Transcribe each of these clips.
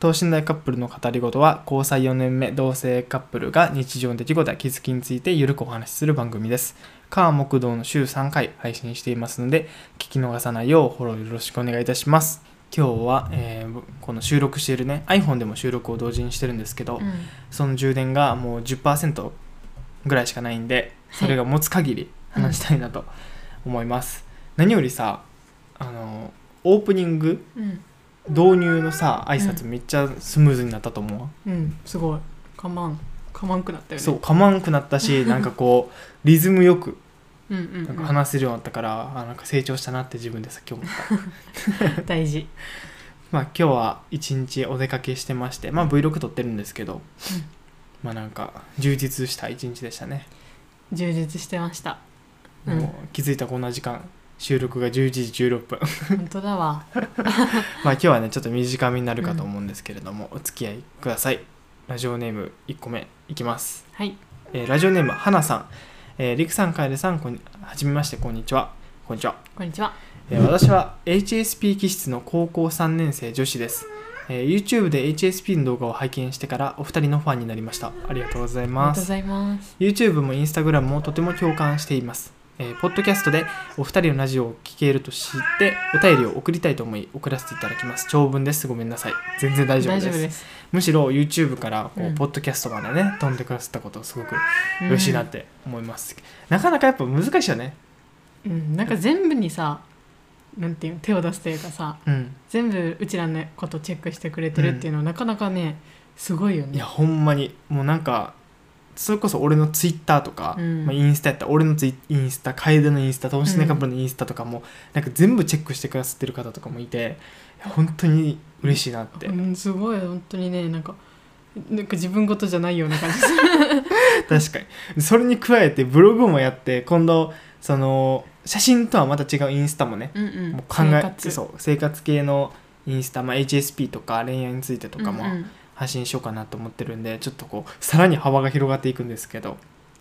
等身大カップルの語り事は交際4年目同性カップルが日常の出来事や気づきについてゆるくお話しする番組です。カー木道の週3回配信していますので聞き逃さないようフォローよろしくお願いいたします。今日は、えーこの収録しているね iPhone でも収録を同時にしてるんですけど、うんその充電がもう10%ぐらいしかないんでそれが持つ限り話したいなと思います、何よりさあのオープニングうん導入のさ挨拶うめっちゃスムーズになったと思うわ、うんすごいかまんかまんくなったよねそうかまんくなったしなんかこ うリズムよくうんうん,、うなんん、か話せるようになったから、あなんか成長したなって自分でさ今日思った大事まあ今日は一日お出かけしてましてまあ Vlog 撮ってるんですけど、まあなんか充実した一日でしたね充実してましたうんもう気づいたらこんな時間収録が11時16分本当だわまあ今日はねちょっと短めになるかと思うんですけれども、お付き合いくださいラジオネーム1個目いきます、はいえーラジオネームはなさん、えー、りくさんかえでさんこんにはじめましてこんにちはこんにちは、こんにちはえー私は HSP 気質の高校3年生女子です、えー YouTube で HSP の動画を拝見してからお二人のファンになりましたありがとうございありがまとうごすざいます、 YouTube も Instagram もとても共感しています、えーポッドキャストでお二人のラジオを聞けると知ってお便りを送りたいと思い送らせていただきます長文ですごめんなさい全然大丈夫ですですむしろ YouTube からこう、うんポッドキャストまでね飛んでくださったことすごく嬉しいなって思います、なかなかやっぱ難しいよねうん、うんなんか全部にさなんていうの手を出すというかさうん全部うちらのことチェックしてくれてるっていうのは、なかなかねすごいよねいやほんまにもうなんかそれこそ俺の Twitter とか、うんまあ、インスタやったら俺のツイインスタ楓のインスタ友達のカップルのインスタとかも、なんか全部チェックしてくださってる方とかもいていや本当に嬉しいなって、うん、すごい本当にねなんかなんか自分事じゃないような感じ する確かにそれに加えてブログもやって今度その写真とはまた違うインスタもね、うんうんもう考え生活そう生活系のインスタ、まあ、HSP とか恋愛についてとかもうんうん発信しようかなと思ってるんで、ちょっとこうさらに幅が広がっていくんですけど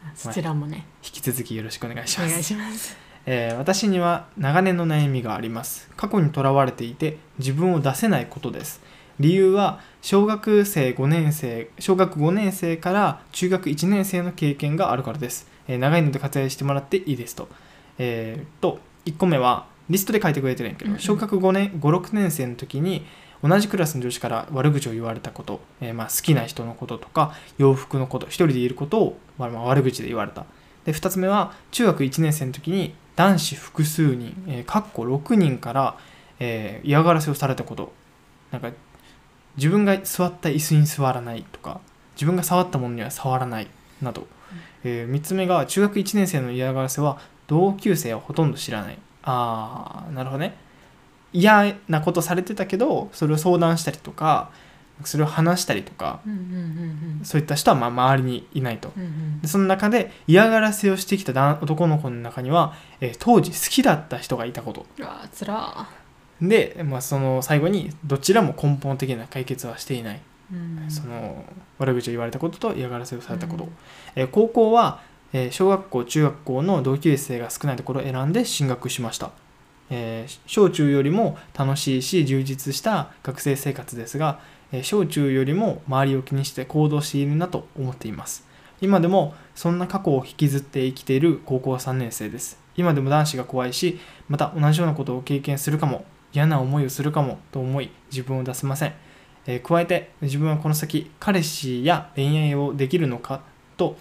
あそちらもね引き続きよろしくお願いしおます。願いしますえー私には長年の悩みがあります過去にとらわれていて自分を出せないことです理由は小学生5年生小学5年生から中学1年生の経験があるからです、えー長いので活躍してもらっていいですとえーと1個目はリストで書いてくれてるんやけうんうどん小学5年56年生の時に同じクラスの女子から悪口を言われたこと、えーまあ好きな人のこととか洋服のこと一人でいることを、まあまあ悪口で言われたで2つ目は中学1年生の時に男子複数人、えー、かっこ6人から、えー嫌がらせをされたことなんか自分が座った椅子に座らないとか自分が触ったものには触らないなど、え3つ目が中学1年生の嫌がらせは同級生はほとんど知らないあーなるほどね嫌なことされてたけどそれを相談したりとかそれを話したりとかうんうんうんそういった人はまあ周りにいないとうんうんうんでその中で嫌がらせをしてきた男男の子の中には、えー当時好きだった人がいたことうわーつらで、まあ、その最後にどちらも根本的な解決はしていない、ー、うん、その悪口を言われたことと嫌がらせをされたこと、うんえー高校は、えー小学校中学校の同級生が少ないところを選んで進学しました、えー小中よりも楽しいし充実した学生生活ですが、えー小中よりも周りを気にして行動しているなと思っています今でもそんな過去を引きずって生きている高校3年生です今でも男子が怖いしまた同じようなことを経験するかも嫌な思いをするかもと思い自分を出せません、えー加えて自分はこの先彼氏や恋愛をできるのかと、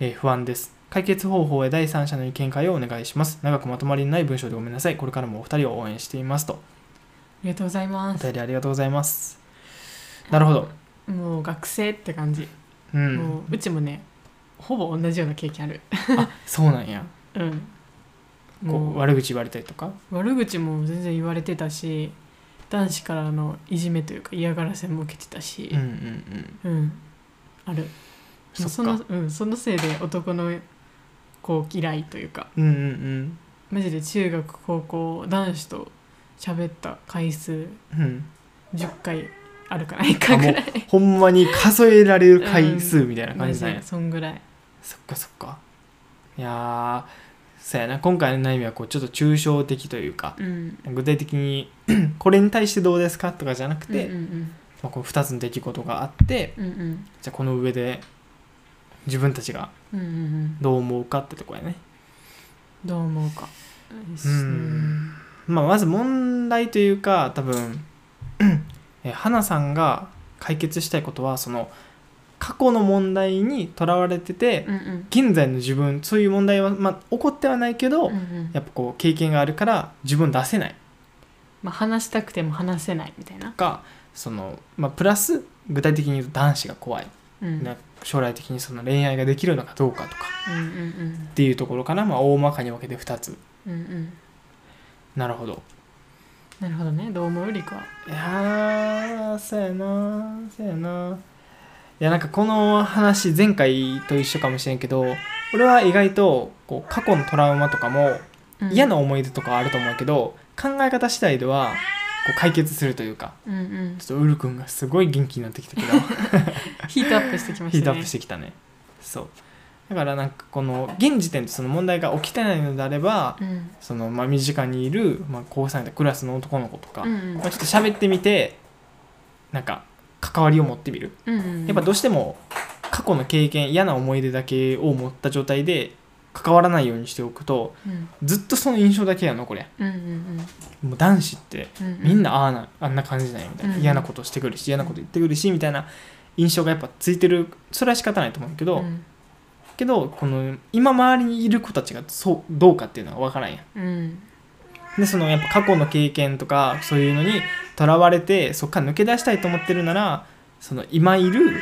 えー不安です解決方法へ第三者の意見会をお願いします長くまとまりのない文章でごめんなさいこれからもお二人を応援していますとありがとうございまおす便りありがとうございますなるほどもう学生って感じ、ううんもううちもねほぼ同じような経験あるあそうなんやうんこもう悪口言われたりとかう悪口も全然言われてたし男子からのいじめというか嫌がらせも受けてたしうんうんうんうん、あるそっかのうん、そのせいで男の子嫌いというかうんうんマジで中学高校男子と喋った回数うんうん10回あるかないかぐ らいほんまに数えられる回数みたいな感じなんや、 マジでそんぐらいそっかそっかいやーそうやな今回の悩みはこうちょっと抽象的というかうん 具体的にこれに対してどうですかとかじゃなくて、うんうんうんまあ、こう2つの出来事があってうんうんじゃあこの上で自分たちがうんうんうんどう思うかってとこやね、どう思うかううんんまあ、まず問題というか多分 え花さんが解決したいことはその過去の問題にとらわれててうんうん現在の自分そういう問題は、まあ、起こってはないけど、うんうんやっぱこう経験があるから自分出せないまあ話したくても話せないみたいなとかその、まあ、プラス具体的に言うと男子が怖い、うんな将来的にその恋愛ができるのかどうかとかうんうんっていうところかな、まあ、大まかに分けて2つうんうんうんなるほどなるほどねどう思うりかはいやーそうやなそうやないやなんかこの話前回と一緒かもしれんけど俺は意外とこう過去のトラウマとかもうん嫌な思い出とかあると思うけど、考え方次第ではこう解決するというかうんうんちょっとウル君がすごい元気になってきたけどヒートアップしてきましたねヒートアップしてきたねそうだからなんかこの現時点でその問題が起きてないのであればうんそのまあ身近にいる、まあ、高3のクラスの男の子とか、うんうんまあ、ちょっと喋ってみてなんか関わりを持ってみるうんうんやっぱどうしても過去の経験嫌な思い出だけを持った状態で関わらないようにしておくとうんずっとその印象だけやのこれうんうんもう男子ってうんうんみんなああなあんな感じなんやみたいな、うん嫌なことしてくるし嫌なこと言ってくるしみたいな印象がやっぱついてるそれは仕方ないと思うけど、うんけどこの今周りにいる子たちがそうどうかっていうのは分からんやんうんでそのやっぱ過去の経験とかそういうのにとらわれてそっから抜け出したいと思ってるならその今いる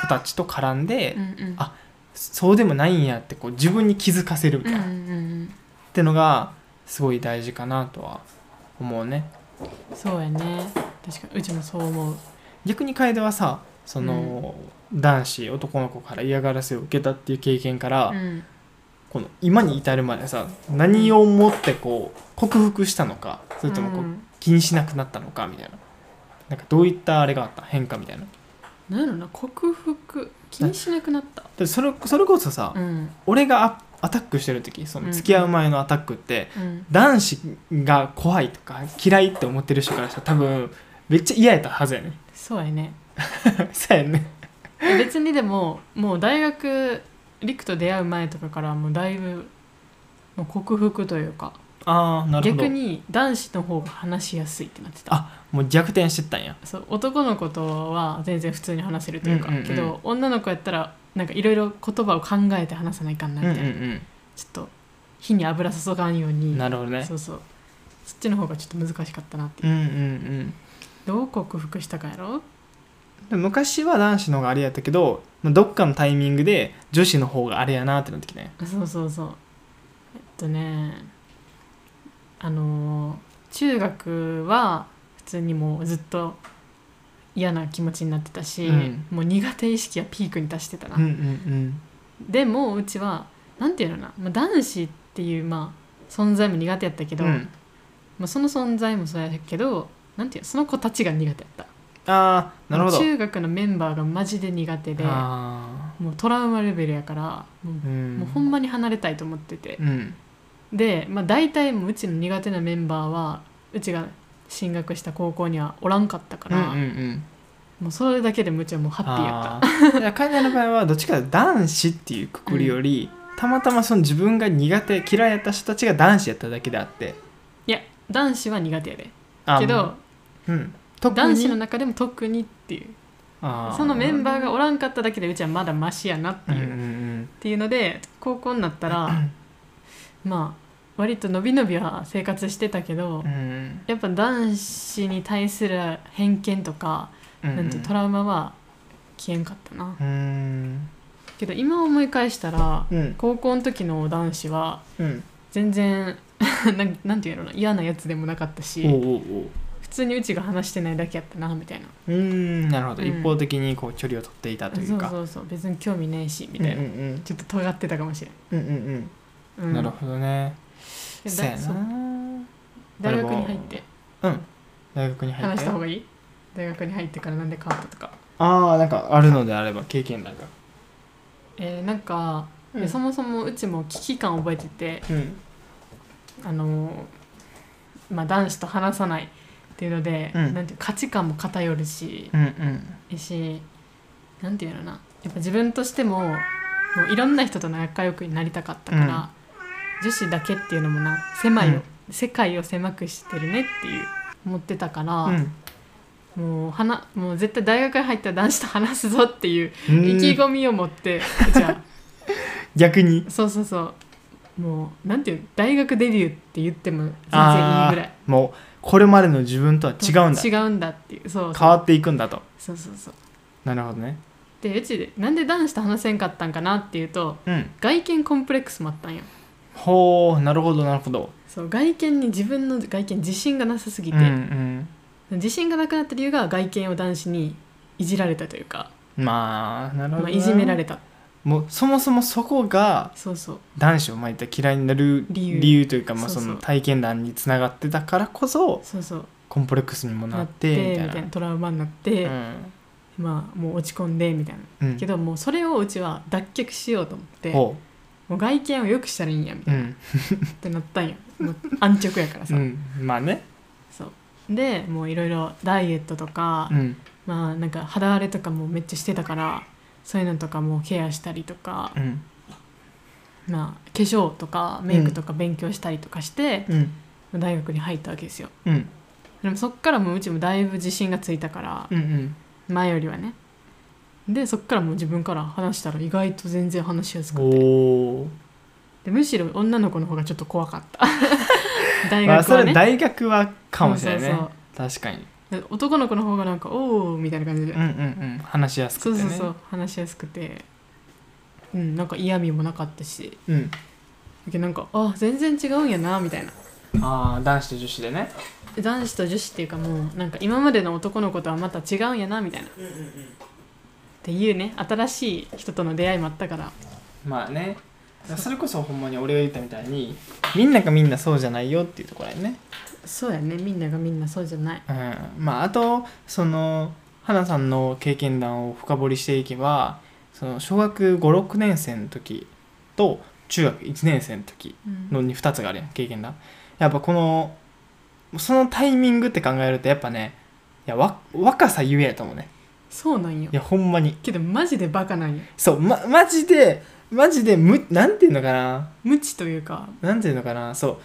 子たちと絡んで、うんうんあそうでもないんやってこう自分に気づかせるみたういんな、うっんうんてのがすごい大事かなとは思うねうんそうやね確かにうちもそう思う逆に楓はさその、男子男の子から嫌がらせを受けたっていう経験から、うんこの今に至るまでさ何をもってこう克服したのかそれともこう、うん気にしなくなったのかみたいななんかどういったあれがあった変化みたいななんやろな克服気にしなくなったでそれそれこそさ、うん俺がアアタックしてる時そのうん付き合う前のアタックって、うん男子が怖いとか嫌いって思ってる人からしたら多分めっちゃ嫌やったはずやねそうやね そうやね別にでももう大学陸と出会う前とかからもうだいぶもう克服というかああなるほど逆に男子の方が話しやすいってなってたあもう逆転してったんやそう男の子とは全然普通に話せるというか、うんうんうんけど女の子やったらなんかいろいろ言葉を考えて話さないかんなうみんたういな、んちょっと火に油注がんよううにんなるほどねそうそうそっちの方がちょっと難しかったなっていううんうんうんどう克服したかやろで昔は男子の方があれやったけどまあどっかのタイミングで女子の方があれやなってなってきたんやそうそうそうえっとねあのー中学は普通にもうずっと嫌な気持ちになってたし、うんもう苦手意識はピークに達してたな、うんうんでもうちはなんていうのかな、まあ、男子っていうまあ存在も苦手やったけうど、んうんまあ、その存在もそうやけどなんていうのその子たちが苦手やったああなるほど中学のメンバーがマジで苦手であもうトラウマレベルやからもう,、ーうんもうほんまに離れたいと思っててうんで、まあ、大体もううちの苦手なメンバーはうちが進学した高校にはおらんかったかうんうんら、うんもうそれだけでもううちはもうハッピーやったあーだから海外の場合はどっちかというと男子っていうくくりより、たまたまその自分が苦手嫌いやった人たちが男子やっただけであっていや男子は苦手やであけもどううん、特に男子の中でも特にっていうあーそのメンバーがおらんかっただけでうちはまだマシやなってうんいうう、んうっんていうので高校になったらまあ割と伸び伸びは生活してたけど、うんやっぱ男子に対する偏見とか、うんなんていうトラウマは消えんかったなうんけど今思い返したらうん高校の時の男子はうん全然 なんなんていうのかな嫌なやつでもなかったしおうおうおう普通にうちが話してないだけやったなみたいなうんなるほど、うん一方的にこう距離を取っていたといそううかそうそう別に興味ないしみうんたういな、んちょっと尖ってたかもしれうんうんうんん、ううんん、なるほどねでそうやだなそう大学に入って大学に入っ話してた方がいい大学に入ってからなんで変わったとか、ああなんかあるのであれば経験談がえーなんか、ういやんそもそもうちも危機感を覚えててうんあのーまあ、男子と話さないっていうので、うんなんていう価値観も偏るしうんうんしなんていうのかなやっぱ自分としてももういろんな人と仲良くなりたかったから、女子だけっていうのもな狭いよ、世界を狭くしてるねっていう思ってたから、もうはなもう絶対大学に入ったら男子と話すぞっていううん意気込みを 持って、じゃ逆にあそうそうそうもうなんていうの大学デビューって言っても全然いいぐらいもうこれまでの自分とは違うんだ違うんだっていうそうそ変うわっていくんだとそうそうそうなるほどねでうちでなんで男子と話せんかったんかなっていうとうん外見コンプレックスもあったんよほうなるほどなるほどそう外見に自分の外見自信がなさすぎうんて、うん自信がなくなった理由が外見を男子にいじられたというか、まあなるほまどなあ、いじめられたもうそもそもそこがそうそう男子をまいた嫌いになる理由というか、まあ、そそうそうの体験談につながってたからこそそうそうコンプレックスにもななっっててみみたたいいななトラウマになって、まあもう落ち込んでみたいなうん、うんけどもうそれをうちは脱却しようと思ってもほう外見を良くしたらいいんやみう、たういなっんてなったんやもう安直やからうさ、ん、まあね、そうでもういろいろダイエットとか、うんまあなんか肌荒れとかもめっちゃしてたからそういうのとかもケアしたりとかう、んまあ、化粧とかメイクとか勉強したりとかして、うん大学に入ったわけですようんでもそっからもううちもだいぶ自信がついたからうんうん前よりはねでそっからもう自分から話したら意外と全然話しやすくておーでむしろ女の子の方がちょっと怖かった 大まあ学そはれね、大学はかもしれないねそうそう確かにそうで男の子の方がなんか「おお」みたいな感じで、うんうんうん話しやすそくうてそねうそう話しやすくてうんなんか嫌味もなかったしうん、だけどなんかあ全然違うんやなみたいなああ男子と女子でね男子と女子っていうかもうなんか今までの男の子とはまた違うんやなみたいな、っていうね新しい人との出会いもあったからまあねそれこそほんまに俺が言ったみたいにみんながみんなそうじゃないよっていうところやねそうやねみんながみんなそうじゃないうんまああとその花さんの経験談を深掘りしていけばその小学56年生の時と中学1年生の時のに2つがあるやん経験談やっぱこのそのタイミングって考えるとやっぱねいやわ若さゆえやと思うねそうなんよいやほんまにけどマジでバカなんよそう、ま、マジでマジでむなんていうのかな無知というかなんていうのかなそ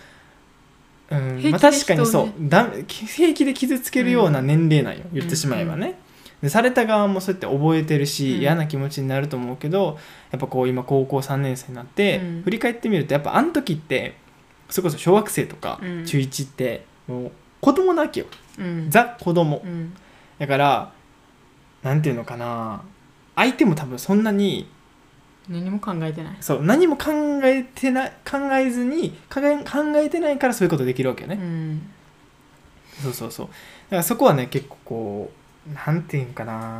う、うんま平あ、気で確か人をねにそうだ平気で傷つけるような年齢なんよ、ん言ってしまえばね、でされた側もそうやって覚えてるし、うん嫌な気持ちになると思うけどやっぱこう今高校3年生になって、うん振り返ってみるとやっぱあの時ってそれこそ小学生とかうん中1ってもう子供なわけよ、うんザ子供うんだからなんていうのかな相手も多分そんなに何も考えてない、そう何も考えてない考えずに考え考えてないからそういうことできるわけよね、うんそうそうそうだからそこはね結構こうなんていうんかな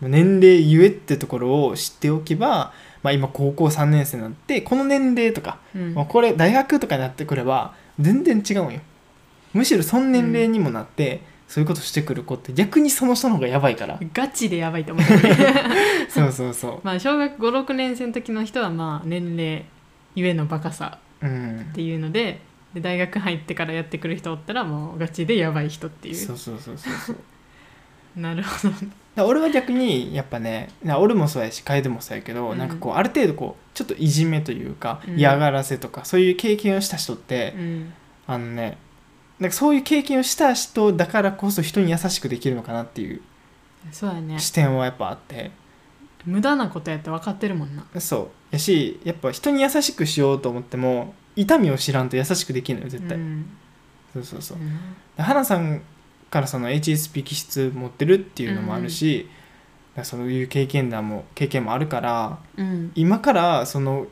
年齢ゆえってところを知っておけば、まあ、今高校3年生になってこの年齢とか、うんまあ、これ大学とかになってくれば全然違うんよむしろその年齢にもなって、そういうことしてくる子って逆にその人の方がやばいからガチでやばい と思ってそうそうそまあ小学56年生の時の人はまあ年齢ゆえのバカさううんっていうのでで大学入ってからやってくる人おったらもうガチでやばい人っていそううそうそうそうそうなるほどだ俺は逆にやっぱねな俺もそうやし楓もそうやけど、うんなんかこうある程度こうちょっといじめというか、うん嫌がらせとかそういう経験をした人ってう、んあのねなんかそういう経験をした人だからこそ人に優しくできるのかなっていうそうやね視点はやっぱあって無駄なことやって分かってるもんなそうやしやっぱ人に優しくしようと思っても痛みを知らんと優しくできないよ絶対、うんそうそうそううんで花さんからその HSP 気質持ってるっていうのもあるし、だからそういう経験談も経験もあるからうん今からその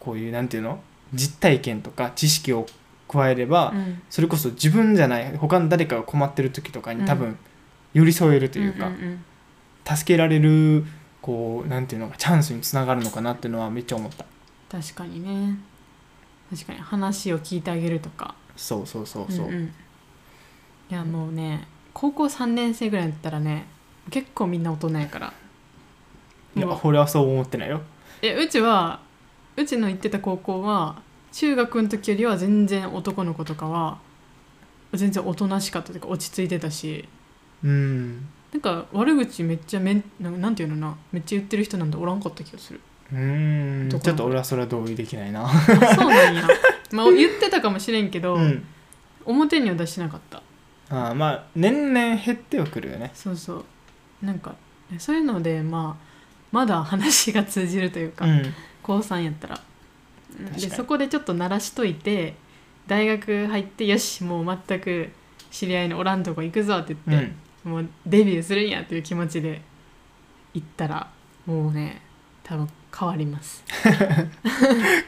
こういうなんていうの実体験とか知識を加えれば、うんそれこそ自分じゃない他の誰かが困ってる時とかうにん多分寄り添えるというか、んん助けられるこうなんていうのかチャンスにつながるのかなっていうのはめっちゃ思った確かにね確かに話を聞いてあげるとかそうそうそうそう、んんいやもうね高校3年生ぐらいだったらね結構みんな大人やからいやもう俺はそう思ってないよえうちはうちの行ってた高校は中学の時よりは全然男の子とかは全然おとなしかったというか落ち着いてたしうんなんか悪口めっちゃめんなんなんていうのなめっちゃ言ってる人なんておらんかった気がする うんどこちょっと俺はそれは同意できないなあそうなんやまあ言ってたかもしれんけど、うん表には出してなかったあーまあ年々減ってはくるよねそうそうなんかそういうのでまあまだ話が通じるというか、うん高3やったらうん確かでにそこでちょっと鳴らしといて大学入ってよしもう全く知り合いのおらんとこ行くぞってう言って、んもうデビューするんやっていう気持ちで行ったらもうね多分変わります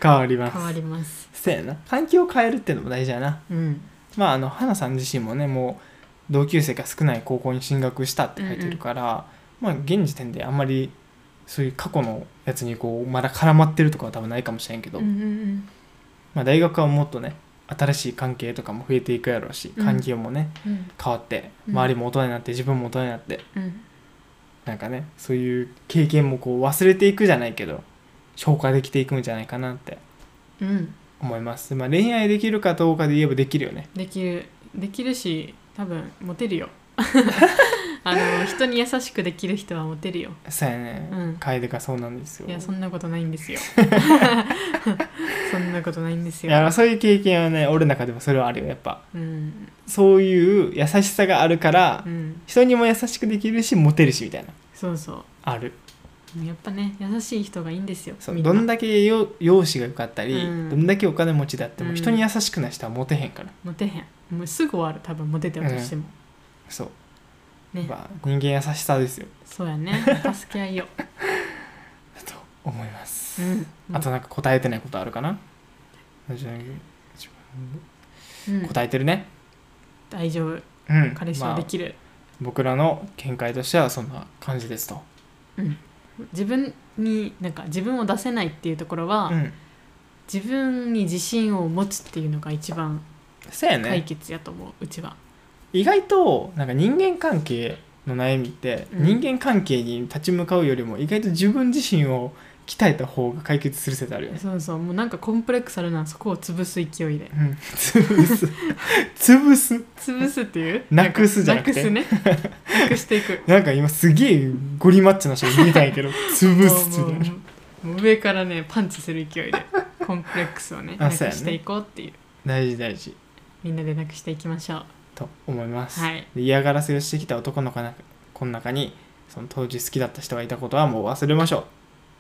変わります変わりますせやな環境を変えるっていうのも大事やなうんまああの花さん自身もねもう同級生が少ない高校に進学したって書いてるから、まあ現時点であんまりそういう過去のやつにこうまだ絡まってるとかは多分ないかもしれんけど、うんうんまあ、大学はもっとね新しい関係とかも増えていくやろうしうん環境もね、うん変わってうん周りも大人になって自分も大人になってうんなんかねそういう経験もこう忘れていくじゃないけど消化できていくんじゃないかなってうんうん思います、まあ、恋愛できるかどうかで言えばできるよねできるできるし多分モテる よあの人に優しくできる人はモテるよそうやね、うん楓がそうなんですよいやそんなことないんです よそんなことないんですいやよ、そういう経験はね俺の中でもそれはあるよやっぱうんそういう優しさがあるから、うん、人にも優しくできるしモテるしみたいなそうそあるうやっぱね優しい人がいいんですよそみうんなどんだけよ容姿が良かったり、うんどんだけお金持ちだってうもん人に優しくない人はモテへんから、モテへんもうすぐ終わる多分モテて私も、そう、ねまあ、人間優しさですよそうやね助け合いよ、と思います、うん、あとなんか答えてないことあるかな、自分うん答えてるね大丈夫うん彼氏まはあできる、僕らの見解としてはそんな感じですと、自分になんか自分を出せないっていうところは、うん自分に自信を持つっていうのが一番そうや解ね決やと思う、うちは意外となんか人間関係の悩みって、うん人間関係に立ち向かうよりも意外と自分自身を鍛えた方が解決する説あるよねそうそうもうなんかコンプレックスあるならそこを潰す勢いでうん潰す潰す潰すっていうなくすじゃなくてなくすねなくしていくなんか今すげえゴリマッチョな人見えたん やけど潰すみもうたいなもうもう上からねパンチする勢いでコンプレックスをねあなくそうやねしていこうっていう大事大事みんなでなくしていきましょうと思います、はいで嫌がらせをしてきた男の子なこの中にその当時好きだった人がいたことはもう忘れましょ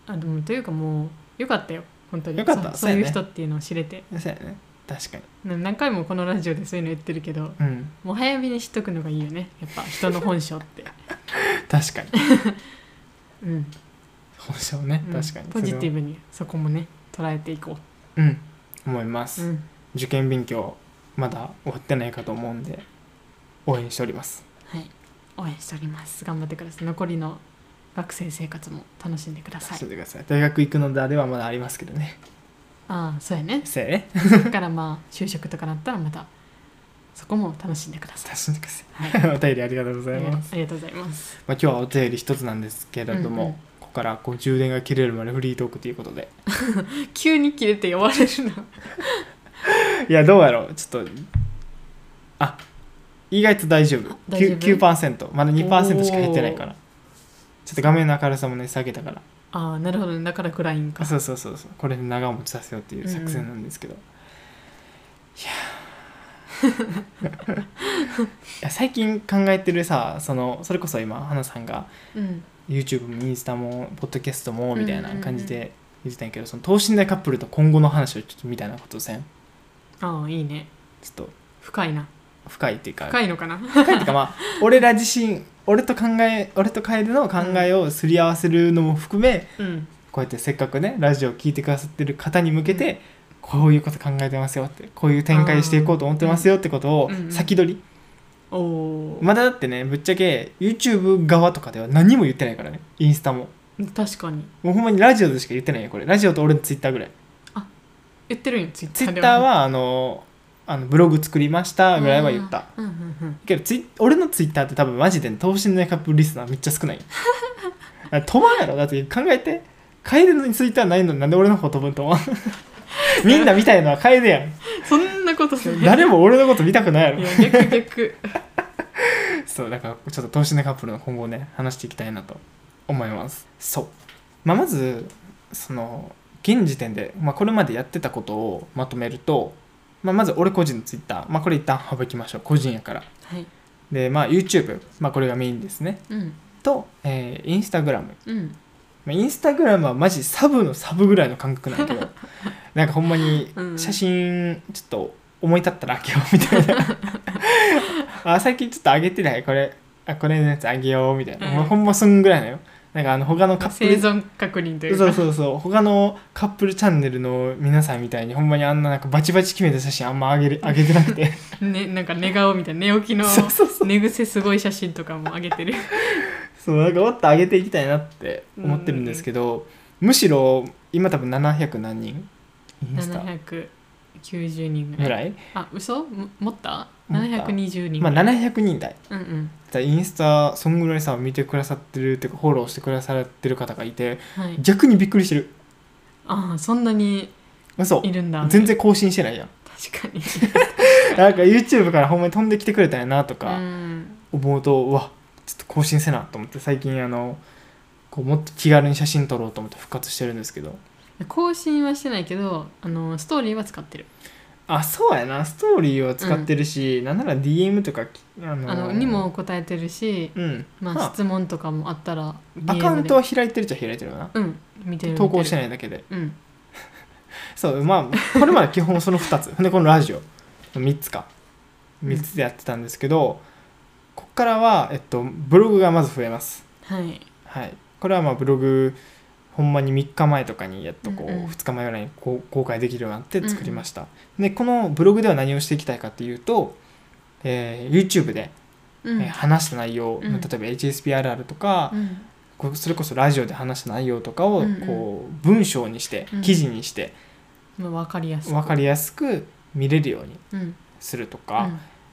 あでもというかもうよかったよ本当によかったそそううそやういねう人っていうのを知れてうそうやね確かにな何回もこのラジオでそういうの言ってるけどうんもう早めに知っとくのがいいよねやっぱ人の本性って確かに うん、本性ね、うん確かにポジティブブにそこもね捉えていこうん思います、う、うん、受験勉強まだ終わってないかと思うんで応援しておりますはい応援しております頑張ってください残りの学生生活も楽しんでくださいしててください大学行くのであればまだありますけどねああそうやねせやねだからまあ 就職とかなったらまたそこも楽しんでください。楽しんでくださはい、い お便りありがとうございますありがとうございます。まあ、今日はお便り一つなんですけれども、うんうんここからこう充電が切れるまでフリートークということで急に切れて呼ばれるな。いやどうやろうちょっとあ意外と大丈夫大丈夫きゅ9%まだ2%しか減ってないからちょっと画面の明るさもね下げたからああなるほどねだから暗いんあか。そうそうそうそうこれで長持ちさせようっていう作戦なんですけど、 いやーいや最近考えてるさそのそれこそ今花さんがうん。 YouTube もインスタもポッドキャストもみたいな感じで言ってたんやけどその等身大カップルと今後の話をちょっとみたいなことせんああいいね。ちょっと深いな。深いっていうか深いのかな。深いっていうか まあ俺ら自身俺と考え俺と楓の考えをすり合わせるのも含めうん。こうやってせっかくねラジオを聞いてくださってる方に向けてこういうこと考えてますよってこういう展開していこうと思ってますよってことをうんうん先取りおお、まだだってねぶっちゃけ YouTube 側とかでは何も言ってないからねインスタも確かに。もうほんまにラジオでしか言ってないよこれラジオと俺の Twitter ぐらい言ってるんよツイッツイターッでター。はあのあのブログ作りましたぐらいは言ったあ。ー。うんうんうん。けどツイ俺のツイッターって多分マジで等身大カップルリスナーめっちゃ少ない。 あ飛ばんやろだって考えて。 楓のツイッターないのになんで俺の方飛ぶんと思うみんな見たいのは楓やん。そんななことない誰も俺のこと見たくないやろいや逆 逆そうだからちょっと等身大カップルの今後ね話していきたいなと思いますそう、まあ、まずその現時点で、まあ、これまでやってたことをまとめると、まあ、まず俺個人のツイッター、まあ、これ一旦省きましょう個人やからはいで、まあ、YouTube、まあ、これがメインですねうんと、えー、インスタグラムうんまあインスタグラムはマジサブのサブぐらいの感覚なんやけ どなんかほんまにうん写真ちょっと思い立ったら開けようみたい なあ最近ちょっと上げてないこれあこれのやつあげようみたいな、うんもうほんまそんぐらいなのよなんかあの他のカップ生ル存確認というそうかそうそう他のカップルチャンネルの皆さんみたいにほんまにあんななんかバチバチ決めた写真あんま上げる上げてなくて ね、なんか寝顔みたいな寝起きのそうそうそう寝癖すごい写真とかも上 げてるそうなんかもっと上げていきたいなって思ってるんですけど、むしろ今多分700何人インスタ790人ぐぐらいらいあ嘘も持った持った720人まぐあ、らい、 700人台うんうんだインスタそんぐらいさ見てくださってるっていうかフォローしてくださってる方がいてはい逆にびっくりしてるああそんなに嘘いるんだ全然更新してないやん確かになんか YouTube からほんまに飛んできてくれたんやなとうかん思うと、うわちょっと更新せなと思って最近あのこうもっと気軽に写真撮ろうと思って復活してるんですけど更新はしてないけどあのストーリーは使ってるあそうやなストーリーを使ってるし、なんなら DM とかきあのあのにも答えてるし、うんままああ、質問とかもあったらアカウントはは開いてるっちゃ開いてるよなうん見てる投稿してないないだけでうんそうまあこれ まで基本その2つでこのラジオ3つか3つでやってたんですけど、こっからは、えっと、ブログがまず増えますはいはいこれはまあブログほんまに3日前とかにやっとこう、うんうん2日前ぐらいにこう公開できるようになって作りました、でこのブログでは何をしていきたいかっていうと、えー YouTube で、うん、えー話した内容、うん例えば HSPRR とか、うんこうそれこそラジオで話した内容とかをうんうんこう文章にしてうん記事にしてまあ、分かりやすい分かりやすく見れるようにうんするとか、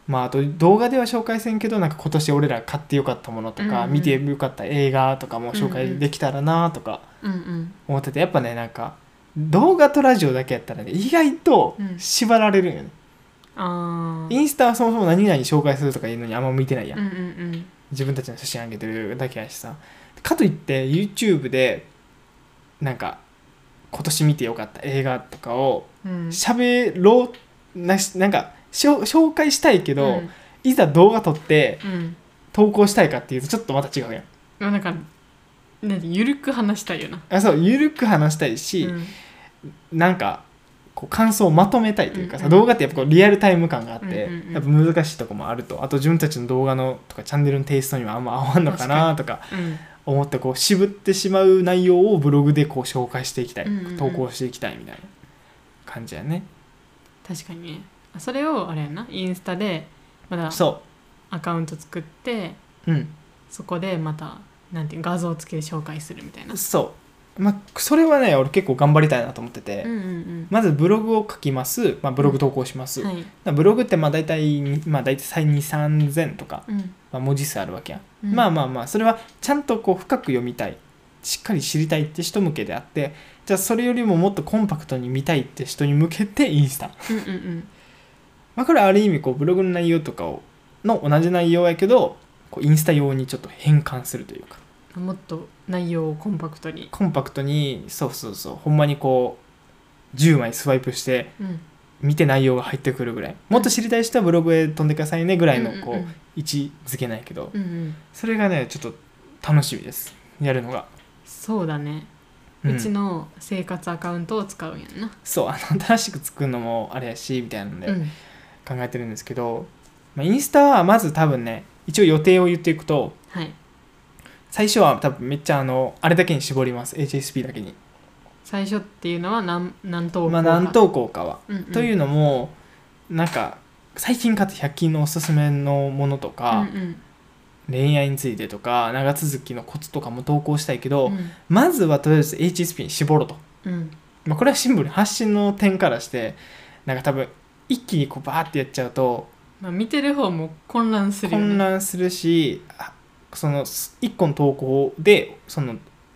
まあ、あと動画では紹介せんけどなんか今年俺ら買ってよかったものとか、うんうん見てよかった映画とかも紹うんう介んできたらなとかうんうん思っててやっぱねなんか動画とラジオだけやったらね意外とうん縛られるんよね、ああインスタはそもそも何々紹介するとかいうのにあんま向いてないやん、うんうん自分たちの写真上げてるだけやしさかといって YouTube でなんか今年見てよかった映画とかをうんうん喋ろうなしなんかしょ紹介したいけど、うんいざ動画撮ってうん投稿したいかっていうとちょっとまた違うやんまあなんかなんてゆるく話したいよな、あそうゆるく話したいし、うんなんかこう感想をまとめたいというかさ、うんうん動画ってやっぱこうリアルタイム感があって、うんうんうんやっぱ難しいとこもあるとあと自分たちの動画のとかチャンネルのテイストにはあんま合わんのかなとかうん思ってこう渋ってしまう内容をブログでこう紹介していきたい、うんうんうん投稿していきたいみたいな感じやね確かにねあそれをあれやなインスタでまだそアカウント作ってううんそこでまたなんていう画像付きで紹介するみたいなそうまあそれはね俺結構頑張りたいなと思ってて、うんうんまずブログを書きます、まあ、ブログ投稿します、うんはいまあブログってまあ大体、まあ、大体23000とか、うんまあ、文字数あるわけや、うんまあまあまあそれはちゃんとこう深く読みたいしっかり知りたいって人向けであってじゃあそれよりももっとコンパクトに見たいって人に向けてインスタ、うんうんうんまあ、これはある意味こうブログの内容とかをの同じ内容やけどこうインスタ用にちょっと変換するというかもっと内容をコンパクトに、コンパクトにそうそうそうほんまにこう10枚スワイプしてうん、見て内容が入ってくるぐらいもっと知りたい人はブログへ飛んでくださいねぐらいのこう、うんうん位置づけないけどうんうんそれがねちょっと楽しみですやるのが、そうだね、ううんちの生活アカウントを使うんやんな、そうあの新しく作るのもあれやしみたいなのうでん考えてるんですけど、まあ、インスタはまず多分ね一応予定を言っていくとはい最初は多分めっちゃあのあれだけに絞ります HSP だけに最初っていうのは何何投稿まあ何投稿かは、うんうんというのもなんか最近買った100均のおすすめのものとうんうか、ん恋愛についてとか長続きのコツとかも投稿したいけど、うんまずはとりあえず HSP に絞ろうと、うんまあ、これはシンプルに発信の点からしてなんか多分一気にこうバーってやっちゃうとまあ、見てる方も混乱するよね混乱するしあその1個の投稿でその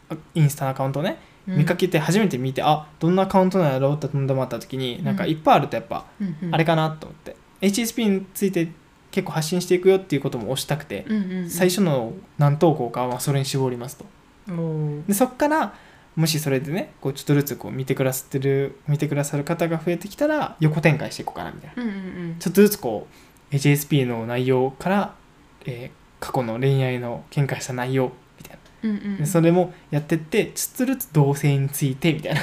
あインスタのアカウントをねうん見かけて初めて見て、あどんなカウントなんやろうってとんでもあった時に、うんなんかいっぱいあるとやっぱうんうんあれかなと思って、HSP について結構発信していくよっていうことも推したくて、うんうんうん最初の何投稿かはそれに絞りますとおーでそっからもしそれでねこうちょっとずつこう見てくださってる見てくださる方が増えてきたら横展開していこうかなみたいなうんうんうんちょっとずつこう HSP の内容から、えー過去の恋愛の見解した内容みたいうんうんなでそれもやってってちょっとずつ同性についてみたいな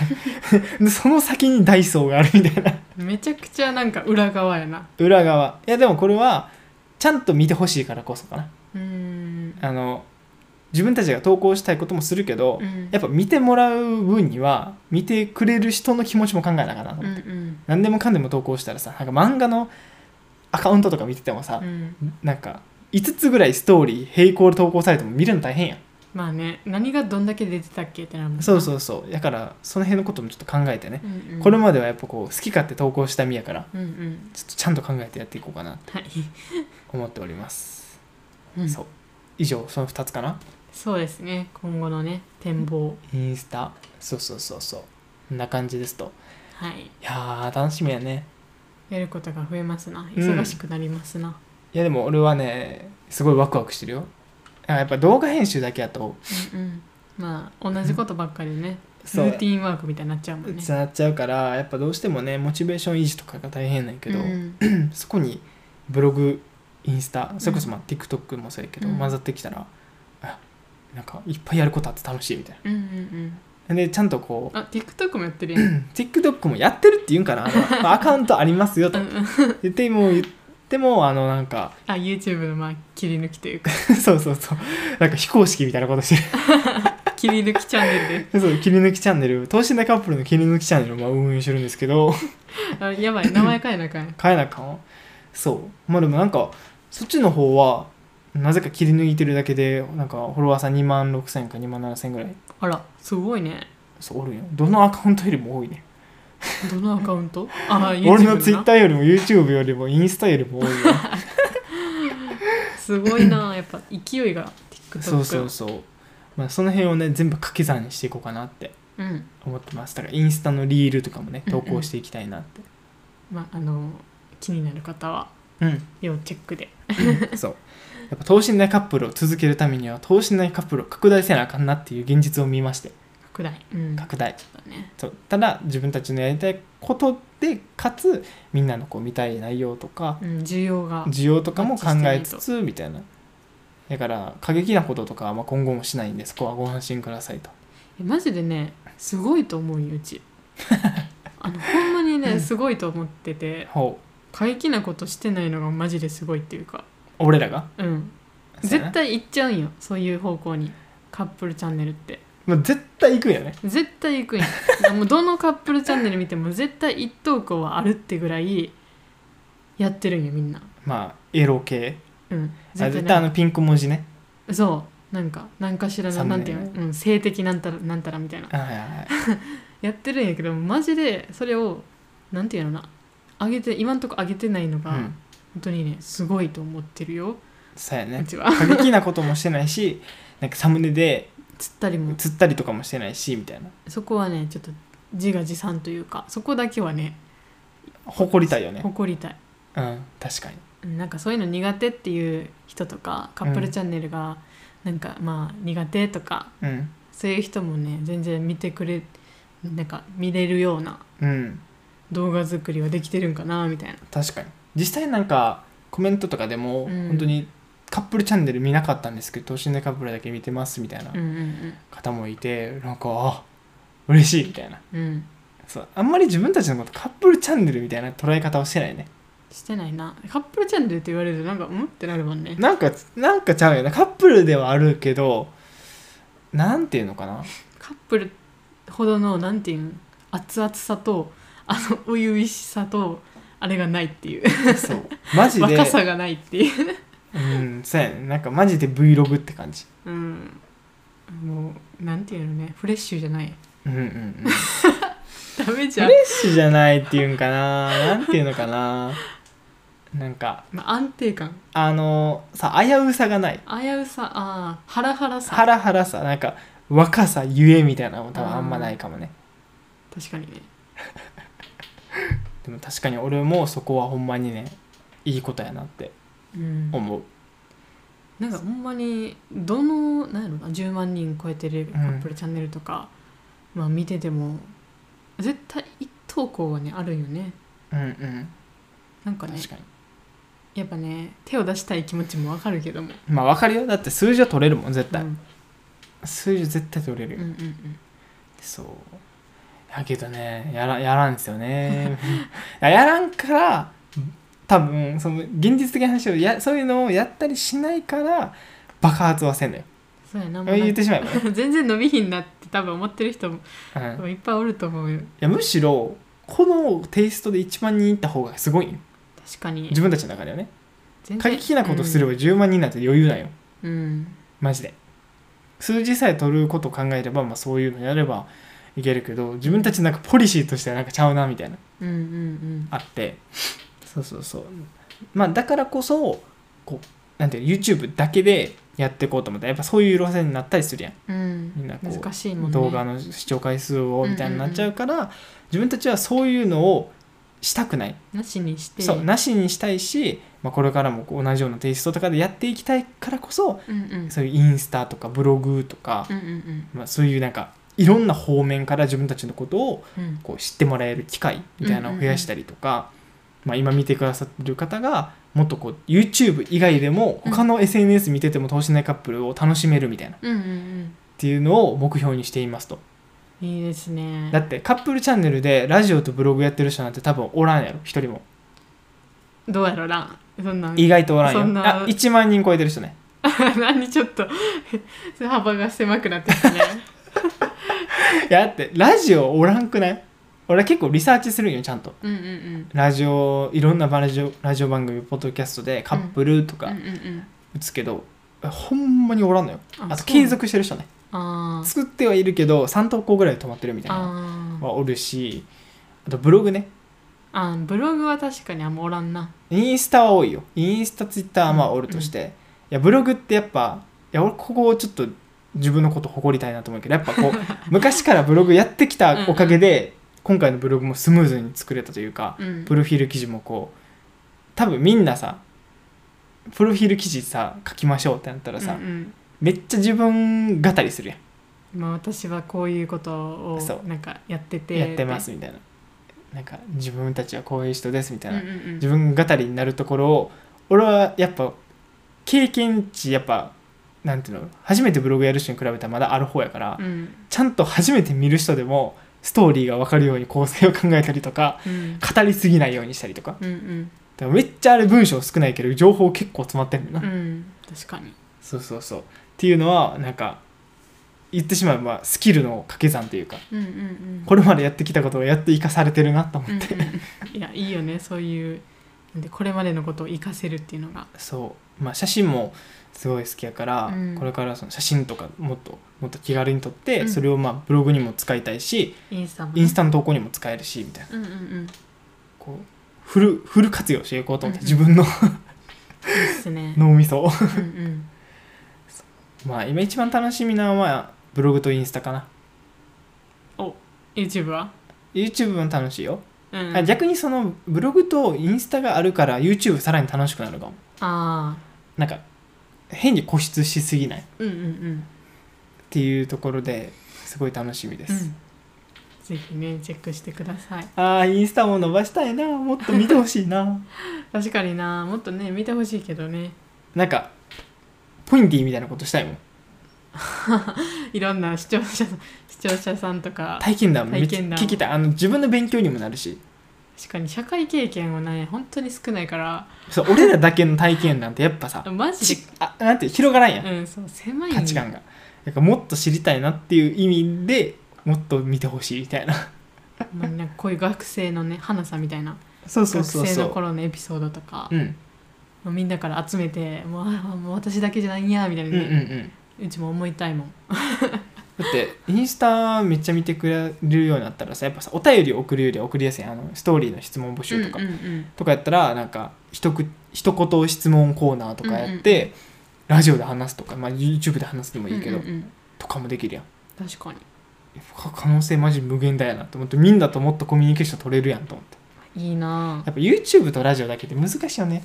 でその先にダイソーがあるみたいなめちゃくちゃなんか裏側やな裏側いやでもこれはちゃんと見てほしいからこそかなうーんあの自分たちが投稿したいこともするけど、うんやっぱ見てもらう分には見てくれる人の気持ちも考えながらなと思って、うんうん何でもかんでも投稿したらさなんか漫画のアカウントとか見ててもさう、んなんか5つぐらいストーリー並行で投稿されても見るの大変やんまあね何がどんだけ出てたっけってなるもんなそうそうそうだからその辺のこともちょっと考えてね、うんうんこれまではやっぱこう好き勝手投稿した身やからうんうんちょっとちゃんと考えてやっていこうかなとはい思っております、うんそう以上その2つかなそうですね今後のね展望インスタそうそうそうそうこんな感じですとはいいやー楽しみやねやることが増えますな忙しくなりますな、いやでも俺はねすごいワクワクしてるよなんかやっぱ動画編集だけやとうんうんまあ同じことばっかりでねそうルーティンワークみたいになっちゃうもんねつなっちゃうからやっぱどうしてもねモチベーション維持とかが大変なんやけど、うんそこにブログインスタそれこそまあ TikTok もそうやけど、うん混ざってきたらあなんかいっぱいやることあって楽しいみたいうんうんうんなでちゃんとこうあ TikTok もやってるやん TikTok もやってるって言うんかなあのまあアカウントありますよと言っても言ってもあのなんか あ YouTube のまあ切り抜きというかそうそうそうなんか非公式みたいなことして切り抜きチャンネルる そう切り抜きチャンネル等身大カップルの切り抜きチャンネルをまあ運営してるんですけどであやばい名前変えなあかんや変えなあかんそうまあでもなんかそっちの方はなぜか切り抜いてるだけでなんかフォロワーさん2万6000か2万7000ぐらいあらすごいねそうおるんよどのアカウントよりも多いねどのアカウントあ YouTube 俺のツイなッターよりも YouTube よりもインスタよりも多いよすごいなやっぱ勢いが TikTok そうそうそう、まあ、その辺をね全部掛け算にしていこうかなってうん思ってますだからインスタのリールとかもねうんう投ん稿していきたいなってまああの気になる方はうん、要チェックで そうやっぱ等身大カップルを続けるためには等身大カップルを拡大せなあかんなっていう現実を見まして拡大うん拡大そうだねそうただ自分たちのやりたいことでかつみんなのこう見たい内容とかうん需要が需要とかも考えつつみたいなだから過激なこととかはまあ今後もしないんでそこはご安心くださいとえマジでねすごいと思うよう ちあのほんまにねすごいと思っててほう過激なことしてないのがマジですごいっていうか俺らがうんそうや絶な対行っちゃうんよそういう方向にカップルチャンネルってまあ絶対行くんよね絶対行くんよ もうどのカップルチャンネル見ても絶対一等校はあるってぐらいやってるんよみんなまあエロ系うんあ絶対あのピンク文字ねそうなんか何かしらサのムネなんていうの、うん、性的なんたらなんたらみたいなはいはいはいやってるんやけどマジでそれをなんていうのかな上げて今んとこ上げてないのが、うん本当にねすごいと思ってるよそうやうねちは過激なこともしてないしなんかサムネで釣ったりも釣ったりとかもしてないしみたいなそこはねちょっと自画自賛というかそこだけはね誇りたいよね誇りたいうん確かにうんなんかそういうの苦手っていう人とかカップルチャンネルがなんかまあ苦手とかうんそういう人もね全然見てくれなんか見れるようなうん動画作りはできてるんかなみたいな確かに実際なんかコメントとかでも、うん本当にカップルチャンネル見なかったんですけど等身大カップルだけ見てますみたいなうんうん方もいて、なんかあ嬉しいみたいなうんうんそうあんまり自分たちのことカップルチャンネルみたいな捉え方をしてないねしてないなカップルチャンネルって言われるとなんかうんってなるもんねなんかなんかちゃうよねカップルではあるけどなんていうのかなカップルほどのなんていうん熱々さとあの初々しさとあれがないっていうそうマジで若さがないっていう、うんそうやねなんかマジで Vlog って感じうん、もうなんていうのねフレッシュじゃないうんうんうんフダメじレゃッん、シュじゃないっていうんかななんていうのかななんかまあ、安定感あのさ危うさがない危うさあーハラハラさハラハラさなんか若さゆえみたいなのも多分あんまないかもね確かにねでも確かに俺もそこはほんまにねいいことやなってうん思うなんかほんまにどのなんやろな10万人超えてるカップルチャンネルとか、まあ、見てても絶対一投稿はねあるよねうんうんなんかね確かにやっぱね手を出したい気持ちもわかるけども、まあわかるよだって数字は取れるもん絶うん、う対、ん数字絶対取れるうよ、んうんそうやけどねやらやらんですよね いややらんから多分その現実的な話をやそういうのをやったりしないから爆発はせんのよそうやなもうなんか 言ってしまえばね、全然伸びひんなって多分思ってる人もうんいっぱいおると思うよいやむしろこのテイストで1万人いった方がすごいんよ確かに自分たちの中ではね全然過激なことすれば10万人なんて余裕なんようん、うんマジで数字さえ取ることを考えれば、まあ、そういうのやればいけるけど自分たちなんかポリシーとしてはなんかちゃうなみたいなうんうんあってそうそうそうまあだからこそこうなんていうの YouTube だけでやっていこうと思ったらやっぱそういう路線になったりするやんうんうんみんなこう難しいもんね動画の視聴回数をみたいになっちゃうから、自分たちはそういうのをしたくないなしにしてそうなしにしたいし、まあ、これからもこう同じようなテイストとかでやっていきたいからこそうんうんそういうインスタとかブログとか、うんうんまあ、そういうなんかいろんな方面から自分たちのことをうんうんこう知ってもらえる機会みたいなのを増やしたりとか、まあ、今見てくださってる方がもっとこう YouTube 以外でもうん他の SNS 見てても等身大カップルを楽しめるみたいなっうんうんていうのを目標にしていますとうんいいですねだってカップルチャンネルでラジオとブログやってる人なんて多分おらんやろ一人もどうやろうなそんなん意外とおらんよそんなあ1万人超えてる人ね 何ちょっと 幅が狭くなってきたね いやだってラジオおらんくない俺結構リサーチするんよちゃんとうんうんうんラジオいろんなラジオラジオ番組ポッドキャストでカップルとうんかうんうん打つけど、ほんまにおらんのよあそとう継続してる人ねあー作ってはいるけど3投稿ぐらいで止まってるみたいなあーはおるしあとブログねあーブログは確かにあんまおらんなインスタは多いよインスタツイッターはまあおるとして、いやブログってやっぱいや俺ここをちょっと自分のこと誇りたいなと思うけどやっぱ こう昔からブログやってきたおかげで今回のブログもスムーズに作れたというかうんプロフィール記事もこう多分みんなさプロフィール記事さ書きましょうってなったらさ、うんうんめっちゃ自分語りするやんまあ、私はこういうことをそうなんかやっててやってますみたいななんか自分たちはこういう人ですみたいな、うんうんうん自分語りになるところを俺はやっぱ経験値やっぱなんていうの初めてブログやる人に比べたらまだある方やから、うんちゃんと初めて見る人でもストーリーが分かるように構成を考えたりとかうん語りすぎないようにしたりとかうんでもめっちゃあれ文章少ないけど情報結構詰まってるんだうな、ん確かにそうそうそうっていうのはなんか言ってしまえばスキルの掛け算というかうんうんうんこれまでやってきたことをやって生かされてるなと思って、うんうんいやいいよねそういうなんでこれまでのことを活かせるっていうのがそう、まあ、写真もすごい好きやから、うんこれからその写真とかもっともっと気軽に撮って、うんそれをまあブログにも使いたいしインスタもね、インスタの投稿にも使えるしみたいなうんうんうんいいこうフルフル活用していこうと思って、うん自分の っすね脳みそをうんうんまあ今一番楽しみなのはブログとインスタかな YouTube は YouTube も楽しいよ、うんあ逆にそのブログとインスタがあるから YouTube さらに楽しくなるかもあなんか変に固執しすぎないっーうんうんうんていうところですごい楽しみです、うんぜひねチェックしてくださいあーインスタも伸ばしたいなもっと見てほしい な確かになもっとね見てほしいけどねなんかポインティみたいなことしたいもんいろんな視聴者さん 視聴者さんとか体験談めっちゃ体験談聞きたいあの自分の勉強にもなるし確かに社会経験はね本当に少ないからそう俺らだけの体験なんてやっぱさマジちあなんて広がらんやんで、うん、そう狭いんよ価値観がだからもっと知りたいなっていう意味でもっと見てほしいみたいなほんまになんかこういう学生のね花さんみたいな そうそう学そう生そのう頃のエピソードとかうんもうみんなから集めてもうあもう私だけじゃないんやみたいうんなうんうね、んうちも思いたいもんだってインスタめっちゃ見てくれるようになったらさやっぱさお便り送るより送りやすいあのストーリーの質問募集とかうんうんうんとかやったらなんか一く一言質問コーナーとかやって、ラジオで話すとか、まあ、YouTube で話すでもいいけど、うんうんうんとかもできるやん確かにか可能性マジ無限大やなと思ってみんなともっとコミュニケーション取れるやんと思っていいなやっぱ YouTube とラジオだけって難しいよね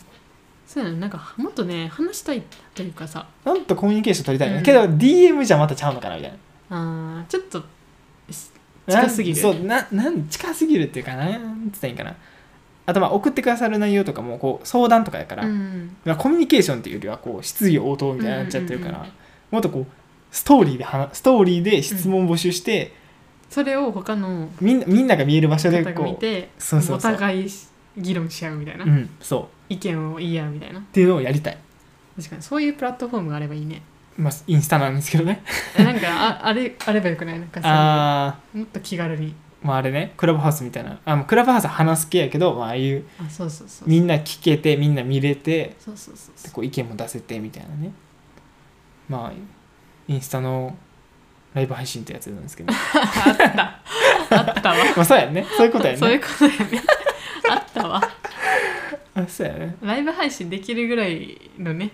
そうやななんかもっとね話したいというかさなんとコミュニケーション取りたいよね、うんけど DM じゃまたちゃうのかなみたいなあーちょっとしなん近すぎるそうななん近すぎるっていうかななんつったらいいんかなあとまあ送ってくださる内容とかもこう相談とかやから、うんまあコミュニケーションっていうよりはこう質疑応答みたいになっちゃってるから、うんうんうんもっとこうストーリーで話ストーリーで質問募集して、それを他のみんなみんなが見える場所で方が見こうてそうそうそうお互いし議論し合うみたいな、うんそう意見を言い合うみたいなっていうのをやりたい、確かにそういうプラットフォームがあればいいねまあ、インスタなんですけどねえなんかああれあればよくないなんかさあもっと気軽にーまああれねクラブハウスみたいなあまあクラブハウスは話す系やけど、まあ、ああいうあそうそうそうみんな聞けてみんな見れてそうそうそうそでうこう意見も出せてみたいなねまあインスタのライブ配信ってやつなんですけ どまあったわあ そうやねそういうことやねそういうことやねあったわあそうやねライブ配信できるぐらいのね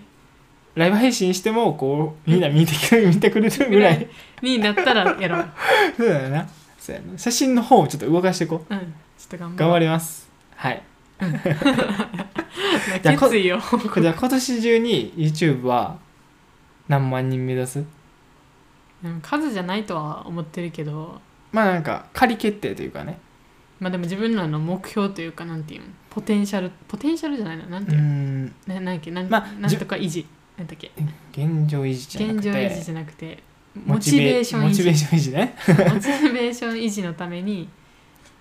ライブ配信してもこうみんな見てくれ見てくれるぐらいになったらやろう そうだよなそうやな写真の方をちょっと動かしていこうんちょっと頑う張頑ろう張りますはいまあ決意をこれじゃあ今年中に YouTube は何万人目指すうん数じゃないとは思ってるけどまあなんか仮決定というかねまあでも自分らの目標というかなんていうのポテンシャルポテンシャルじゃないななんうていうの、んななんだっけなん,、まあなんとか維持なんだっけ現状維持じゃな現くて状維持じゃなくてモチベーション維モチベー持ション維持ねモチベーション維持のために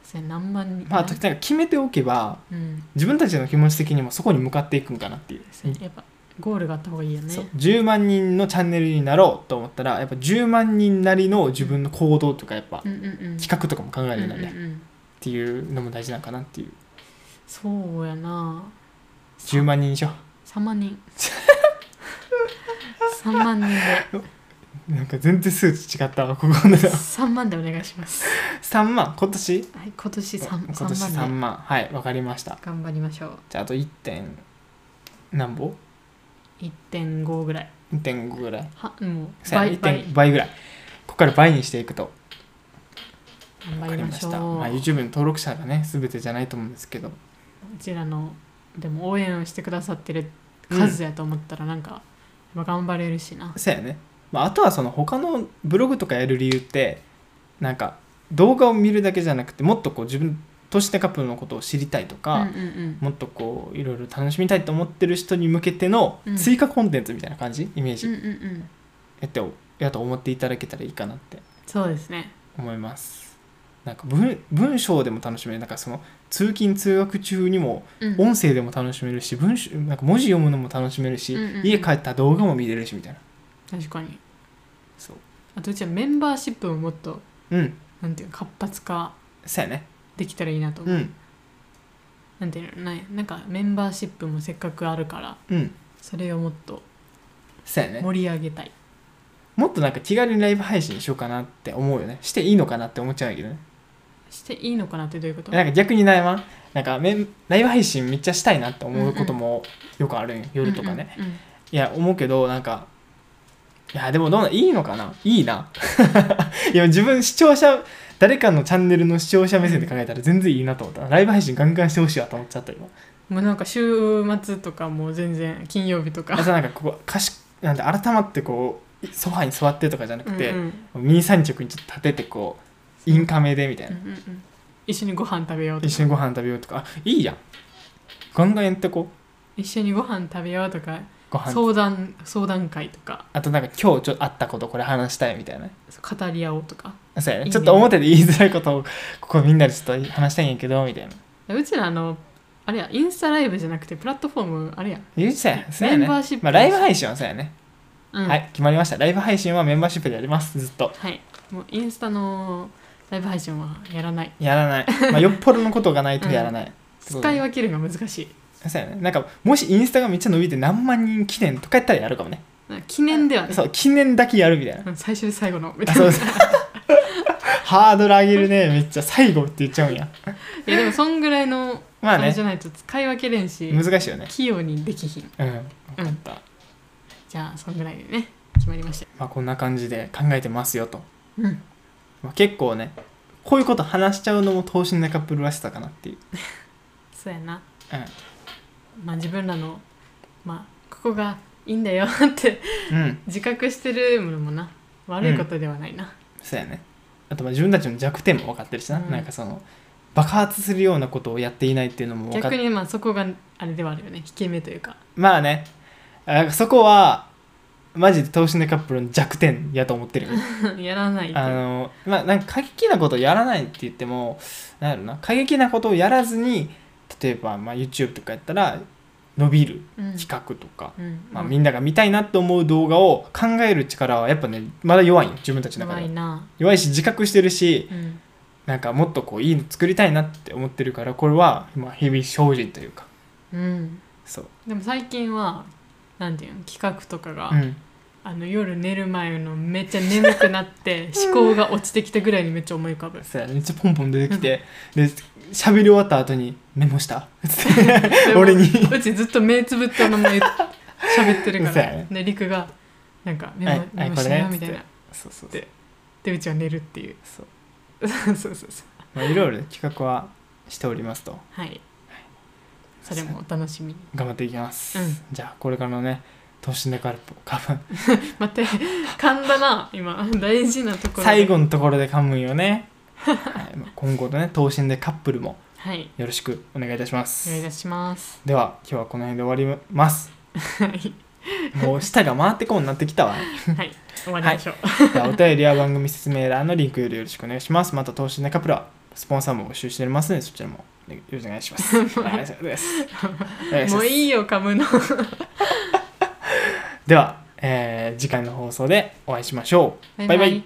それ何万人まあななんか決めておけばうん自分たちの気持ち的にもそこに向かっていくんかなっていう,それやっぱゴールがあった方がいいよねそう、10万人のチャンネルになろうと思ったらやっぱ10万人なりの自分の行動とかやっぱうんうんうん、企画とかも考えるようになるねうんうんうんっていうのも大事なんかなっていうそうやな10万人でしょ3 万人3万人 でなんか全然数値違ったわここ の3万でお願いします3万今年はい今年 3, 今年3 3万で万はいわかりました頑張りましょうじゃああと 1. 点何本1.5ぐらい ?1.5 ぐらいはもうそうや倍1.5倍倍ぐらいここから倍にしていくと頑わ張かりりままししょうた、まあ、YouTube の登録者がね全てじゃないと思うんですけどうちらのでも応援をしてくださってる数やと思ったらなんか、まあ頑張れるしなそうやね、まあ、あとはその他のブログとかやる理由ってなんか動画を見るだけじゃなくてもっとこう自分としてカップルのことを知りたいとうんうか、んもっとこういろいろ楽しみたいと思ってる人に向けてのうん追加コンテンツみたいな感じ、イメーうジんうんうんうんやっておやと思っていただけたらいいかなってそうですね思いますなんか文文章でも楽しめるなんかその通勤通学中にもうん音声でも楽しめるし文章なんか文字読むのも楽しめるし、うんうん家帰ったら動画も見れるしみたいな確かにそうあとうちはメンバーシップをもっとうんなんていうの活発化そうやねできたらいいなと思うう、んなんていうのないなんかメンバーシップもせっかくあるからうんそれをもっとそうやね盛り上げたい、もっとなんか気軽にライブ配信しようかなって思うよねしていいのかなって思っちゃうんやけどねしていいのかなってどういうことなんか逆に悩まんなんかめんライブ配信めっちゃしたいなって思うこともよくあるんよ夜とかね、うんうんうんいや思うけどなんかいやでもどうなんいいのかないいな いや自分視聴者誰かのチャンネルの視聴者目線で考えたら全然いいなと思ったライブ配信ガンガンしてほしいわと思っちゃった今もうなんか週末とかもう全然金曜日とあかとなんかここかしなんで改まってこうソファに座ってとかじゃなくて、うんうんミニ三着にちょっと立ててこうインカメでみたいなうんうんうん一緒にご飯食べようと一か緒にご飯食べようとかあいいやんガンガンやってこう一緒にご飯食べようとかご飯相談相談会とかあとなんか今日ちょっとあったことこれ話したいみたいな語り合おうとかそうやねいいねちょっと表で言いづらいことをここみんなでちょっと話したいんやけどみたいなうちらあのあれやインスタライブじゃなくてプラットフォームあれや、言うてたやんそうやメねンバーシップまあ、ライブ配信はそうやね、うん、はい決まりましたライブ配信はメンバーシップでやりますずっとはいもうインスタのライブ配信はやらないやら ない、まあ、よっぽどのことがないとやらない、使い分けるのが難しいそうやねなんかもしインスタがめっちゃ伸びて何万人記念とかやったらやるかもねなんか記念ではねそう記念だけやるみたいなうん最終で最後のみたあいなそういそうハードル上げるねめっちゃ最後って言っちゃうんややでもそんぐ らいのまああれねじゃないと使い分けれんし難しいよね器用にできひんうん分かった、じゃあそんぐらいでね決まりましたまあ、こんな感じで考えてますよとうんまあ、結構ねこういうこと話しちゃうのも等身大カップルらしさかなっていう、そうやなうまあ自分らのまあここがいいんだよってん、うん、自覚してるものもな悪いことではないな、そうやねあとまあ自分たちの弱点も分かってるしな、うんなんかその爆発するようなことをやっていないっていうのも分かっ逆にまあそこがあれではあるよね引け目というか まあねあそこはマジで等身大カップルの弱点やと思ってるやらないとあのまあなんか過激なことをやらないって言ってもなんやろな過激なことをやらずに例えばまあ YouTube とかやったら伸びるうん企画とか、うんまあ、うんみんなが見たいなと思う動画を考える力はやっぱねまだ弱いよ自分たちの中弱でいはな、弱いし自覚してるしうん、なんかもっとこういいの作りたいなって思ってるからこれはまあ日々精進というかうん、そう、でも最近はなんていうの企画とかが、うん、あの夜寝る前のめっちゃ眠くなって思考が落ちてきたぐらいにめっちゃ思い浮かぶそうやねめっちゃポンポン出てきて、で喋り終わった後にメモしたつってでも俺にうちずっと目つぶったまま言っ 喋ってるかそうやらねで陸がなんかメはモいメはモいこれしなねよみたいつなそうそうそうででうちは寝るっていうそう そうそうそうそうまあいろいろね企画はしておりますとはいそれもお楽しみに頑張っていきます、うんじゃあこれからのね等身大カップカム待って噛んだな今大事なところで最後のところで噛むんよね、はいまあ今後のね等身大カップルもはいよろしくお願いいたしまお願いいすたしますでは今日はこの辺で終わりますはいもう舌が回ってこうになってきたわはい終わりましょうじゃあお便りや番組説明欄のリンクよりよろしくお願いします。また、投資ネカプラ、スポンサーも募集しておりますので、そちらもよろしくお願いします。 お願いします。お願いしもますういいよ噛むのでは、えー次回の放送でお会いしましょう。バイバイ